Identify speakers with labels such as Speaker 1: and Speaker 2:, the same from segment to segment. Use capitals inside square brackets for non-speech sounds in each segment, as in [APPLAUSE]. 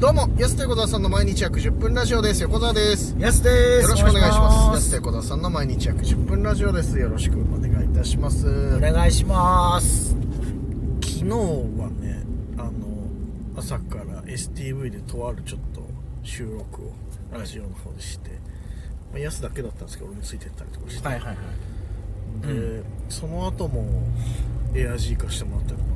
Speaker 1: どうも、安手小沢さんの毎日約10分ラジオです。横澤です。
Speaker 2: やすで
Speaker 1: よ
Speaker 2: す
Speaker 1: ろしくお願いします。安
Speaker 2: お
Speaker 1: 手小沢さんの毎日約10分ラジオです。よろしくお願いいたします。昨
Speaker 2: 願いします
Speaker 1: 日はね、あの、朝から STV でとあるちょっと収録をラジオの方でして、まあ、安だけだったんですけど、俺もついてったりとかして、
Speaker 2: はいはいはい
Speaker 1: で、その後もエアジー化してもらったりとかね、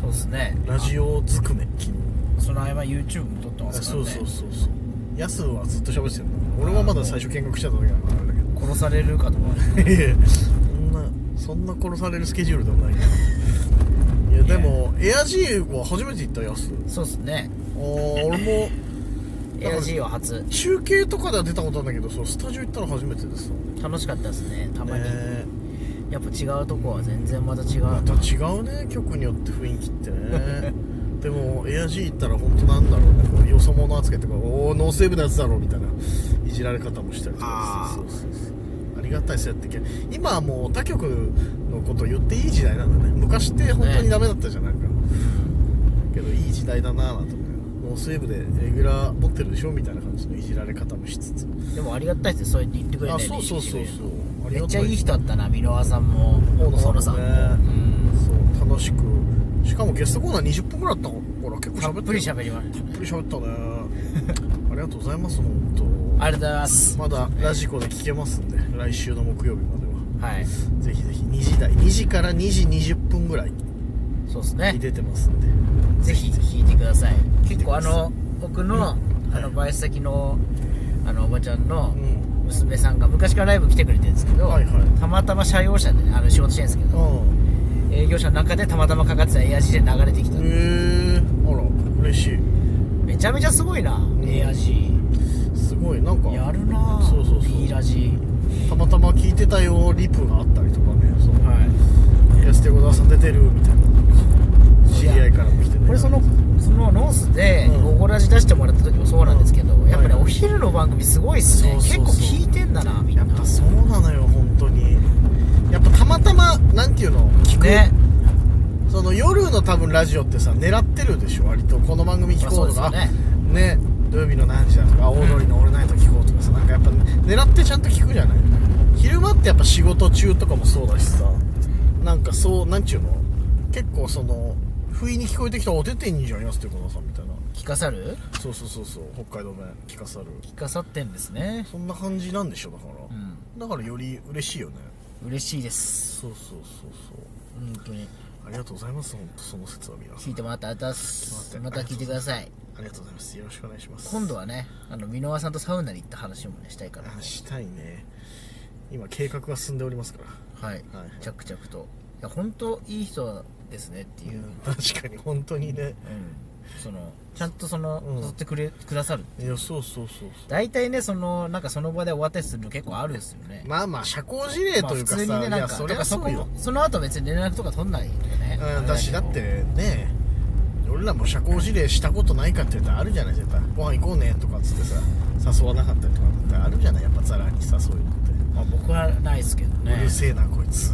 Speaker 2: そうですね
Speaker 1: ラジオずくめ、昨日。
Speaker 2: その合間 YouTube も撮ってますから
Speaker 1: そ
Speaker 2: ね
Speaker 1: うそうそうそう。ヤスはずっと喋ってたよ。俺はまだ最初見学してただけだからあれだけど。
Speaker 2: 殺されるかと思わ
Speaker 1: [LAUGHS]
Speaker 2: れ
Speaker 1: いやいやそんなそんな殺されるスケジュールでもないないやでもエアジーは初めて行ったやつ
Speaker 2: そうですね
Speaker 1: ああ俺 [LAUGHS] もだから
Speaker 2: ARG は初
Speaker 1: 中継とかでは出たことあるんだけどそうスタジオ行ったの初めてですね
Speaker 2: 楽しかったですねたまに、
Speaker 1: え
Speaker 2: やっぱ違うとこは全然また違う、
Speaker 1: また違うね曲によって雰囲気ってねでもエアジー行ったら本当なんだろうねこうよそ者扱いとかおおノーセーブのやつだろうみたいないじられ方もしたりとか
Speaker 2: あー
Speaker 1: そうそうそうそうありがたいですやってけ今はもう他局のこと言っていい時代なんだね昔って本当にダメだったじゃんなんかけどいい時代だなぁなんて思うよノーセーブでレギュラー持ってるでしょみたいな感じのいじられ方もしつつ
Speaker 2: でもありがたいですねそうやって言ってくれて、
Speaker 1: あ
Speaker 2: ね、
Speaker 1: そうそうそうそうあり
Speaker 2: め
Speaker 1: が
Speaker 2: ったちゃいい人だったな箕輪さんも
Speaker 1: 大野さんもね
Speaker 2: うん
Speaker 1: そう楽しくしかもゲストコーナー20分ぐらいあったから結構
Speaker 2: た
Speaker 1: 喋
Speaker 2: っ
Speaker 1: って
Speaker 2: ぷり喋りました
Speaker 1: たっぷり喋ったね [LAUGHS] ありがとうございます本
Speaker 2: ありがとうございます
Speaker 1: 当まだラジコで聞けますんで来週の木曜日までは
Speaker 2: はい
Speaker 1: ぜひぜひ2時台2時から2時20分ぐらい
Speaker 2: そうです
Speaker 1: に
Speaker 2: ね
Speaker 1: 出てますんで
Speaker 2: ぜひ聞いてください
Speaker 1: 聞いてく
Speaker 2: 結構あ
Speaker 1: ださい
Speaker 2: の僕のあのバイト先のあのおばちゃんの
Speaker 1: ん
Speaker 2: 娘さんが昔からライブ来てくれてるんですけど、
Speaker 1: はいはい
Speaker 2: たまたま車用車で、ね、あの仕事してるんですけど、
Speaker 1: う
Speaker 2: 営業車の中でたまたまかかってたエアジで流れてきた、
Speaker 1: んへえあら嬉しい
Speaker 2: めちゃめちゃすごいな、エアジ
Speaker 1: すごいなんか
Speaker 2: やるなぁ
Speaker 1: そうそうそう
Speaker 2: B ラジ
Speaker 1: たまたま聞いてたよリプがあったりとかねその
Speaker 2: は
Speaker 1: 安手小沢さん出てるみたいな知り合いからも来てね
Speaker 2: これそのそのノースで
Speaker 1: うん
Speaker 2: おごらじ出してもらった時もそうなんですけど、
Speaker 1: うん
Speaker 2: やっぱり
Speaker 1: はい
Speaker 2: お昼の番組すごいっすね
Speaker 1: そうそうそう
Speaker 2: 結構聞いてんだなみん
Speaker 1: や
Speaker 2: な
Speaker 1: っぱそうなのよ本当にやっぱたまたまなんていうの聞く、
Speaker 2: ね
Speaker 1: その夜の多分ラジオってさ狙ってるでしょ割とこの番組聞こうとか
Speaker 2: まあそうです
Speaker 1: ね土曜日の何時だとかオードリーの「オールナイト」聞こうとかさなんかやっぱ狙ってちゃんと聞くじゃない昼間ってやっぱ仕事中とかもそうだしさなんかそうなんちゅうの結構その不意に聞こえてきたら「お出てんじゃんやすってことさん」みたいな
Speaker 2: 聞かさる
Speaker 1: そうそうそうそう北海道弁聞かさる
Speaker 2: 聞かさってんですね
Speaker 1: そんな感じなんでしょだから、
Speaker 2: うん
Speaker 1: だからより嬉しいよね
Speaker 2: 嬉しいです
Speaker 1: そうそうそうそう
Speaker 2: 本当に
Speaker 1: ありがとうございます、本当その説は皆さ
Speaker 2: 聞
Speaker 1: ん
Speaker 2: い。てもらったありがとうございます
Speaker 1: 待
Speaker 2: ま
Speaker 1: って
Speaker 2: た聞いてください
Speaker 1: ありがとうございます。よろしくお願いします。
Speaker 2: 今度はねあの箕輪さんとサウナに行った話もねしたいから
Speaker 1: あしたいね。今、計画が進んでおりますから。
Speaker 2: はい、
Speaker 1: はい
Speaker 2: 着々といや本当いい人ですねっていう、
Speaker 1: 確かに、本当にね。
Speaker 2: うんそのちゃんとその、
Speaker 1: うん
Speaker 2: 誘ってくれくださる
Speaker 1: いや、そうそうそうそ
Speaker 2: 大体ねそのなんかその場で終わったりするの結構あるですよね
Speaker 1: う。まあまあ、社交辞令
Speaker 2: まあ
Speaker 1: というかさ、
Speaker 2: 普通にね
Speaker 1: い
Speaker 2: なん
Speaker 1: や、
Speaker 2: か
Speaker 1: そり
Speaker 2: と
Speaker 1: ゃ
Speaker 2: か
Speaker 1: そ
Speaker 2: そう
Speaker 1: よ
Speaker 2: こ。その後別に連絡とか取んないよね
Speaker 1: うん、だし、だって
Speaker 2: うん
Speaker 1: ね、俺らも社交辞令したことないかって言ったらあるじゃない、絶対。ご飯行こうね、とかっつってさ、誘わなかったりとかってあるじゃない、やっぱザラにさ、そういうのって。
Speaker 2: まあ、僕はないですけど
Speaker 1: う
Speaker 2: ね
Speaker 1: るせえな、こいつ。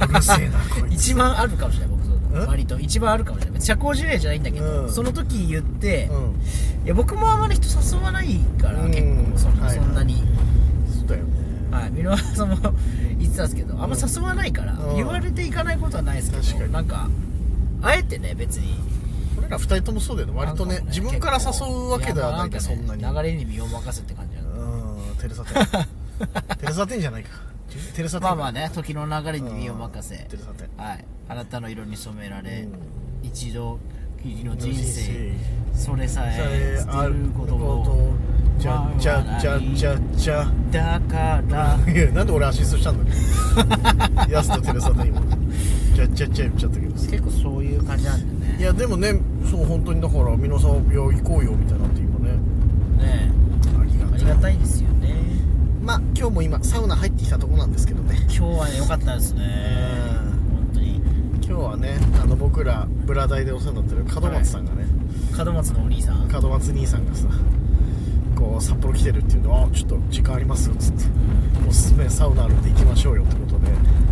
Speaker 1: うるせえな、こいつ。
Speaker 2: 一番あるかもしれない僕
Speaker 1: ん
Speaker 2: 割と一番あるかもしれない社交辞令じゃないんだけど、
Speaker 1: うん
Speaker 2: その時言って、
Speaker 1: うん。
Speaker 2: いや僕もあまり人誘わないから、
Speaker 1: うん
Speaker 2: 結構そ,、
Speaker 1: はいはい
Speaker 2: そんなに
Speaker 1: そうだよね。
Speaker 2: はい箕輪さんも言ってたんですけどあんま誘わないから、
Speaker 1: うん
Speaker 2: 言われていかないことはないですけど
Speaker 1: 確かに
Speaker 2: なんかあえてね別に
Speaker 1: 俺ら二人ともそうだよね割とね
Speaker 2: なんかも
Speaker 1: 自分から誘うわけではないか
Speaker 2: 結
Speaker 1: そ
Speaker 2: 構
Speaker 1: んなに
Speaker 2: やまあんかね流れに身を任せって感じな
Speaker 1: う
Speaker 2: の
Speaker 1: ーんテレサテ
Speaker 2: [LAUGHS]
Speaker 1: ンテレサテンじゃないかテレサテン
Speaker 2: まあまあね時の流れに身を任せ
Speaker 1: うんテレサテン
Speaker 2: はいあなたの色に染められ、
Speaker 1: う
Speaker 2: 一度きりの人
Speaker 1: 人
Speaker 2: 生
Speaker 1: 生
Speaker 2: それさえ捨てることを
Speaker 1: じゃじゃじゃじゃじゃ
Speaker 2: だから
Speaker 1: いやなんで俺アシストしたんだっ
Speaker 2: [LAUGHS]
Speaker 1: けヤスとテレサテン今じゃじゃじゃ言っちゃったけど
Speaker 2: 結構そういう感じなんだよ
Speaker 1: い
Speaker 2: ね
Speaker 1: やでもねそう本当にだから皆さんいや行こうよみたいになって今ね
Speaker 2: ね
Speaker 1: ありがた
Speaker 2: えあ
Speaker 1: い
Speaker 2: りがたいですよね
Speaker 1: まあ今日も今サウナ入ってきたとこなんですけどね
Speaker 2: 今日はね良かったですね
Speaker 1: うん
Speaker 2: 本当に
Speaker 1: 今日はねあの僕らブラ大でお世話になってる門松さんがね、
Speaker 2: 門松のお兄さん
Speaker 1: 門松兄さんがさこう札幌来てるっていうのあちょっと時間ありますよ」っつって「おすすめサウナあるんで行きましょうよ」ってことで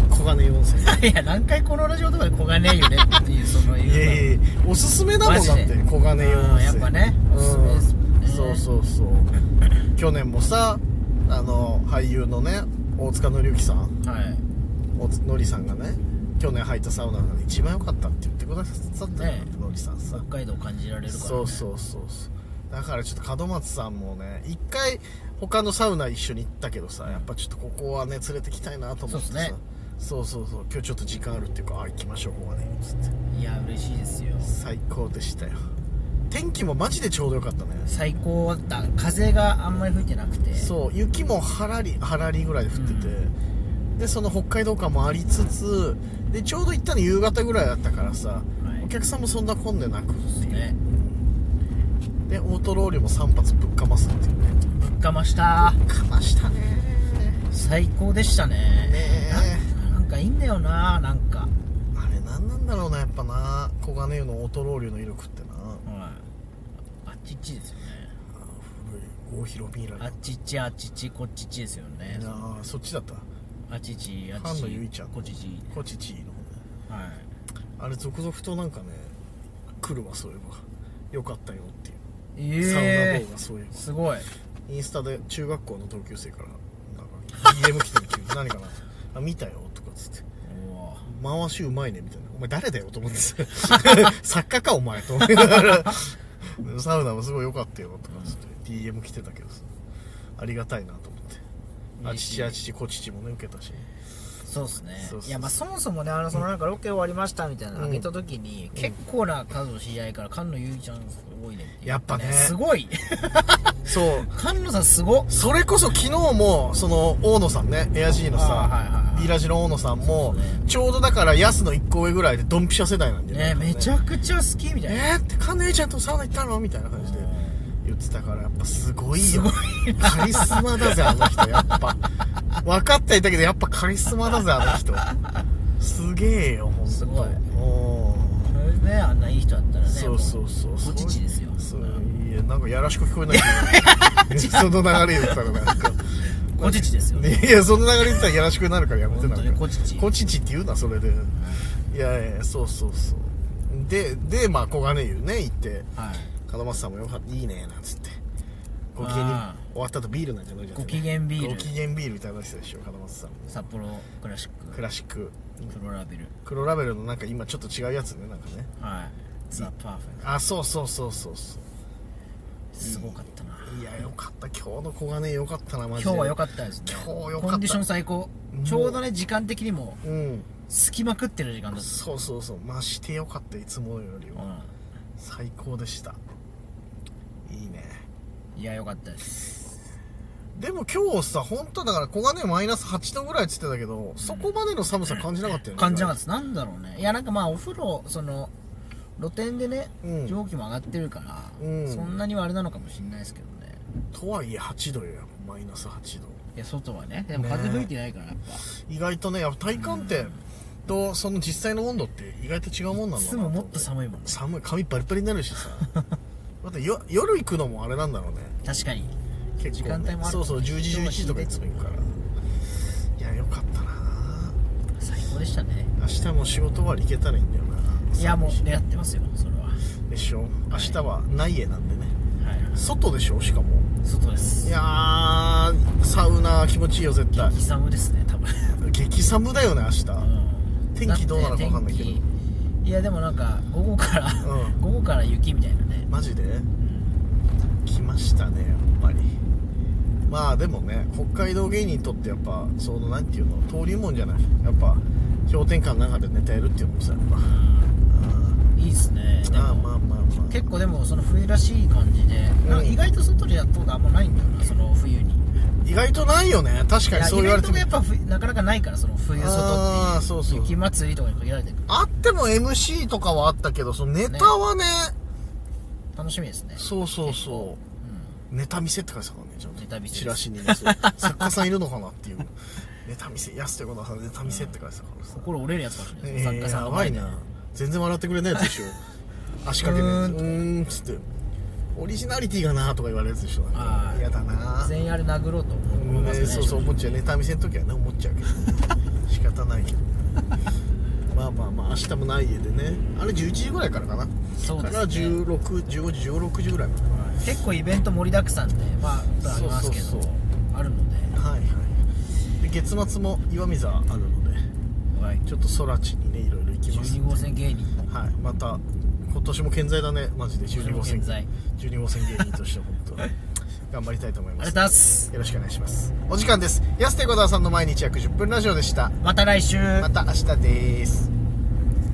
Speaker 1: こ小金井温泉
Speaker 2: [LAUGHS] いや何回このラジオとかで「こがねえよね」っていう [LAUGHS] その言う
Speaker 1: い
Speaker 2: の
Speaker 1: やいやいやおすすめだも
Speaker 2: マ
Speaker 1: ん
Speaker 2: ジ
Speaker 1: だっ
Speaker 2: で
Speaker 1: て小金井温
Speaker 2: あー
Speaker 1: 泉
Speaker 2: やっぱねおすすめですもん
Speaker 1: うん
Speaker 2: ね
Speaker 1: そうそうそう去年もさあの俳優のね大塚紀之さん
Speaker 2: はい
Speaker 1: おつのりさんがね去年入ったサウナが一番良かったって言ってくださったよ
Speaker 2: ね
Speaker 1: のりさんさ、
Speaker 2: 北海道感じられるから、ね、
Speaker 1: そうそうそうそうだからちょっと門松さんもね一回他のサウナ一緒に行ったけどさやっぱちょっとここはね連れてきたいなと思ってさ
Speaker 2: そうっすね
Speaker 1: そうそうそう今日ちょっと時間あるっていうからあ行きましょうここはねっつって
Speaker 2: いや嬉しいですよ
Speaker 1: 最高でしたよ天気もマジでちょうどよかったね
Speaker 2: 最高だった風があんまり吹いてなくて
Speaker 1: そう雪もはらりはらりぐらいで降ってて、でその北海道感もありつつでちょうど行ったの夕方ぐらいだったからさ、
Speaker 2: はい
Speaker 1: お客さんもそんな混んでなく
Speaker 2: ですね
Speaker 1: でオートローリュも3発ぶっかますっていうね
Speaker 2: ぶっかました
Speaker 1: かましたね
Speaker 2: 最高でしたね
Speaker 1: ね
Speaker 2: ななんかいいんだよななんか、
Speaker 1: あれ何なんだろうなやっぱな黄金湯のオートローリュの威力ってな
Speaker 2: はい、あっちっちですよね
Speaker 1: 古い大広ビーラ
Speaker 2: あっちっちあっちっちこっちっちですよね
Speaker 1: あそっちだった
Speaker 2: あっちっちあ
Speaker 1: 菅
Speaker 2: っち
Speaker 1: 野由
Speaker 2: っ
Speaker 1: 依
Speaker 2: ち
Speaker 1: ちゃん
Speaker 2: こっちっち
Speaker 1: こっち地位の方ね
Speaker 2: はい
Speaker 1: あれ続々となんかね来るわそういえばよかったよっていう、サウナ
Speaker 2: え
Speaker 1: 動画そういえば
Speaker 2: ー、すごい
Speaker 1: インスタで中学校の同級生からなんか DM 来てる急に何かなあ見たよとかっつって
Speaker 2: おお
Speaker 1: 回しうまいねみたいなお前誰だよと思ってさ [LAUGHS] 作家かお前と思いながらサウナもすごい良かったよとかっつって DM 来てたけどさありがたいなと思ってあ
Speaker 2: 嬉しい
Speaker 1: 父あ父子父もね受けたし
Speaker 2: そうですね
Speaker 1: そうそうそう
Speaker 2: いやまあそもそもねあのそのなんかロケ終わりましたみたいな
Speaker 1: うん
Speaker 2: のあげた時に、結構な数の知り合いから菅野ゆいちゃんすごいねて
Speaker 1: やっぱね
Speaker 2: すごい [LAUGHS]
Speaker 1: そう
Speaker 2: 菅野さんすごっ
Speaker 1: それこそ昨日もその大野さんねエア G のさ、
Speaker 2: あーはいはいはい
Speaker 1: イラジの大野さんも、
Speaker 2: そうですね
Speaker 1: ちょうどだから安の1個上ぐらいでドンピシャ世代なんだよ
Speaker 2: ねめちゃくちゃ好きみたいな、
Speaker 1: えー、ってカヌエちゃんとサウナ行ったのみたいな感じで言ってたからやっぱすごいよカリスマだぜあの人やっぱ分かっていたけどやっぱカリスマだぜあの人すげえよほんと
Speaker 2: すごい
Speaker 1: おー
Speaker 2: それでねあんないい人だったらね
Speaker 1: そうそうそう
Speaker 2: もうご父ですよ
Speaker 1: そういやなんかやらしく聞こえない
Speaker 2: [LAUGHS]
Speaker 1: けどその流れ言ったらなんか
Speaker 2: ご父ですよね
Speaker 1: ねいやその流れ言ったらやらしくなるからやめてな
Speaker 2: 本当にこちち
Speaker 1: コチチって言うなそれでいやいやそうそうそうででまあ小金湯ね行って
Speaker 2: はい
Speaker 1: 門松さんもよかったいいねなんつってご機嫌に
Speaker 2: あ
Speaker 1: 終わった後ビールなんじゃないじゃん
Speaker 2: ご機嫌ビール
Speaker 1: ご機嫌ビールみたいな話でしょ門松さんも
Speaker 2: 札幌クラシック
Speaker 1: クラシック
Speaker 2: 黒ラベル
Speaker 1: 黒ラベルのなんか今ちょっと違うやつねなんかね
Speaker 2: はいザ・パーフェク
Speaker 1: あそうそうそうそうそう
Speaker 2: トすごかったない
Speaker 1: やよかった今日の小金井よかったなマジで
Speaker 2: 今日は良かったですね
Speaker 1: 今日良かった
Speaker 2: コンディション最高
Speaker 1: うん
Speaker 2: ちょうどね時間的にも
Speaker 1: うん
Speaker 2: すきまくってる時間だっ
Speaker 1: そうそうそうまあしてよかったいつもより
Speaker 2: た、
Speaker 1: は、最高でしたいいね
Speaker 2: うん、いや良かったです
Speaker 1: でも今日さ本当だから小金井マイナス8度ぐらいっつってたけどそこまでの寒さ感じなかったよね
Speaker 2: 感じなかったですなんだろうねいやなんかまあお風呂その露天でね、
Speaker 1: うん
Speaker 2: 蒸気も上がってるから、
Speaker 1: うん
Speaker 2: そんなにはあれなのかもしれないですけどね
Speaker 1: とはいえ8度よマイナス8度
Speaker 2: いや外はねでも風吹いてないからやっぱ
Speaker 1: 意外とねやっぱ体感ってとその実際の温度って意外と違うもんなんだない
Speaker 2: つももっと寒いもんね
Speaker 1: 寒い髪バリバリになるしさ [LAUGHS] またよ夜行くのもあれなんだろうね
Speaker 2: 確かに
Speaker 1: 結構ね
Speaker 2: 時間帯もある
Speaker 1: そうそう10時11時とかいつも行くからいやよかったな
Speaker 2: 最高でしたね
Speaker 1: 明日も仕事終わり行けたらいいんだよない
Speaker 2: いやもう狙ってますよそれはは
Speaker 1: でしょ明日は内江なんでね
Speaker 2: い
Speaker 1: 外でしょしかも
Speaker 2: 外です
Speaker 1: いやーサウナ気持ちいいよ絶対
Speaker 2: 悲惨ですね多分
Speaker 1: 激寒だよね明日、
Speaker 2: うん
Speaker 1: 天気どうなのかわかんないけど
Speaker 2: だって天気いやでもなんか午後から、
Speaker 1: うん
Speaker 2: 午後から雪みたいなね、
Speaker 1: マジで
Speaker 2: うん
Speaker 1: 来ましたねやっぱりまあでもね北海道芸人にとってやっぱそのなんていうの登竜門じゃないやっぱ氷点下の中でネタやるっていうのもさやっぱ
Speaker 2: いいですねで
Speaker 1: ああ
Speaker 2: も
Speaker 1: まあまあまあ
Speaker 2: 結構でもその冬らしい感じで、なんか意外と外でやったことあんまないんだよなその冬に
Speaker 1: 意外とないよね確かにそう言われて
Speaker 2: い
Speaker 1: み
Speaker 2: や意外とやっぱ冬なかなかないからその冬外
Speaker 1: ああそう
Speaker 2: ってい
Speaker 1: そうう
Speaker 2: 雪祭りとかに限られてる
Speaker 1: あっても MC とかはあったけどそのネタはね
Speaker 2: 楽しみですね
Speaker 1: そうそうそう
Speaker 2: う
Speaker 1: ネタ見せって書いてたからねちゃんと
Speaker 2: ネタ見せ
Speaker 1: チラシにねそう作家さんいるのかなっていう [LAUGHS] ネタ見せ安手小田さんネタ見せって書いてたからさ
Speaker 2: ん、心折れるやつかもしれない
Speaker 1: え
Speaker 2: です、作家さん
Speaker 1: や
Speaker 2: の
Speaker 1: ば
Speaker 2: 前
Speaker 1: い
Speaker 2: で
Speaker 1: な全然笑ってくれないやつで
Speaker 2: [LAUGHS]
Speaker 1: しょ足掛けね
Speaker 2: うーん
Speaker 1: うーんっつってオリジナリティがなとか言われるやつでしょなん
Speaker 2: あ
Speaker 1: か
Speaker 2: ー
Speaker 1: 嫌だな
Speaker 2: 全員あれ殴ろうと思う、 [LAUGHS]
Speaker 1: うんねそうそう思っちゃうネタ見せん時はね思っちゃうけどし方ないけどまあまあまあ明日もない家でねあれ11時ぐらいからかな
Speaker 2: そうです
Speaker 1: か
Speaker 2: ね
Speaker 1: ら16 15時16時ぐらいまで
Speaker 2: 結構イベント盛りだくさんでまあありますけど
Speaker 1: そうそうそう
Speaker 2: あるので、
Speaker 1: はいはいで月末も岩見沢あるので
Speaker 2: はい、
Speaker 1: ちょっと空地にねいろいろ行きます
Speaker 2: 12号線芸人
Speaker 1: はいまた今年も健在だねマジで12号線
Speaker 2: 今年も
Speaker 1: 12号線芸人として本当頑張りたいと思い
Speaker 2: あ
Speaker 1: ま
Speaker 2: りがとうご
Speaker 1: す
Speaker 2: ざいます
Speaker 1: よろしくお願いしますお時間です安手小沢さんの毎日約10分ラジオでした
Speaker 2: また来週
Speaker 1: また明日です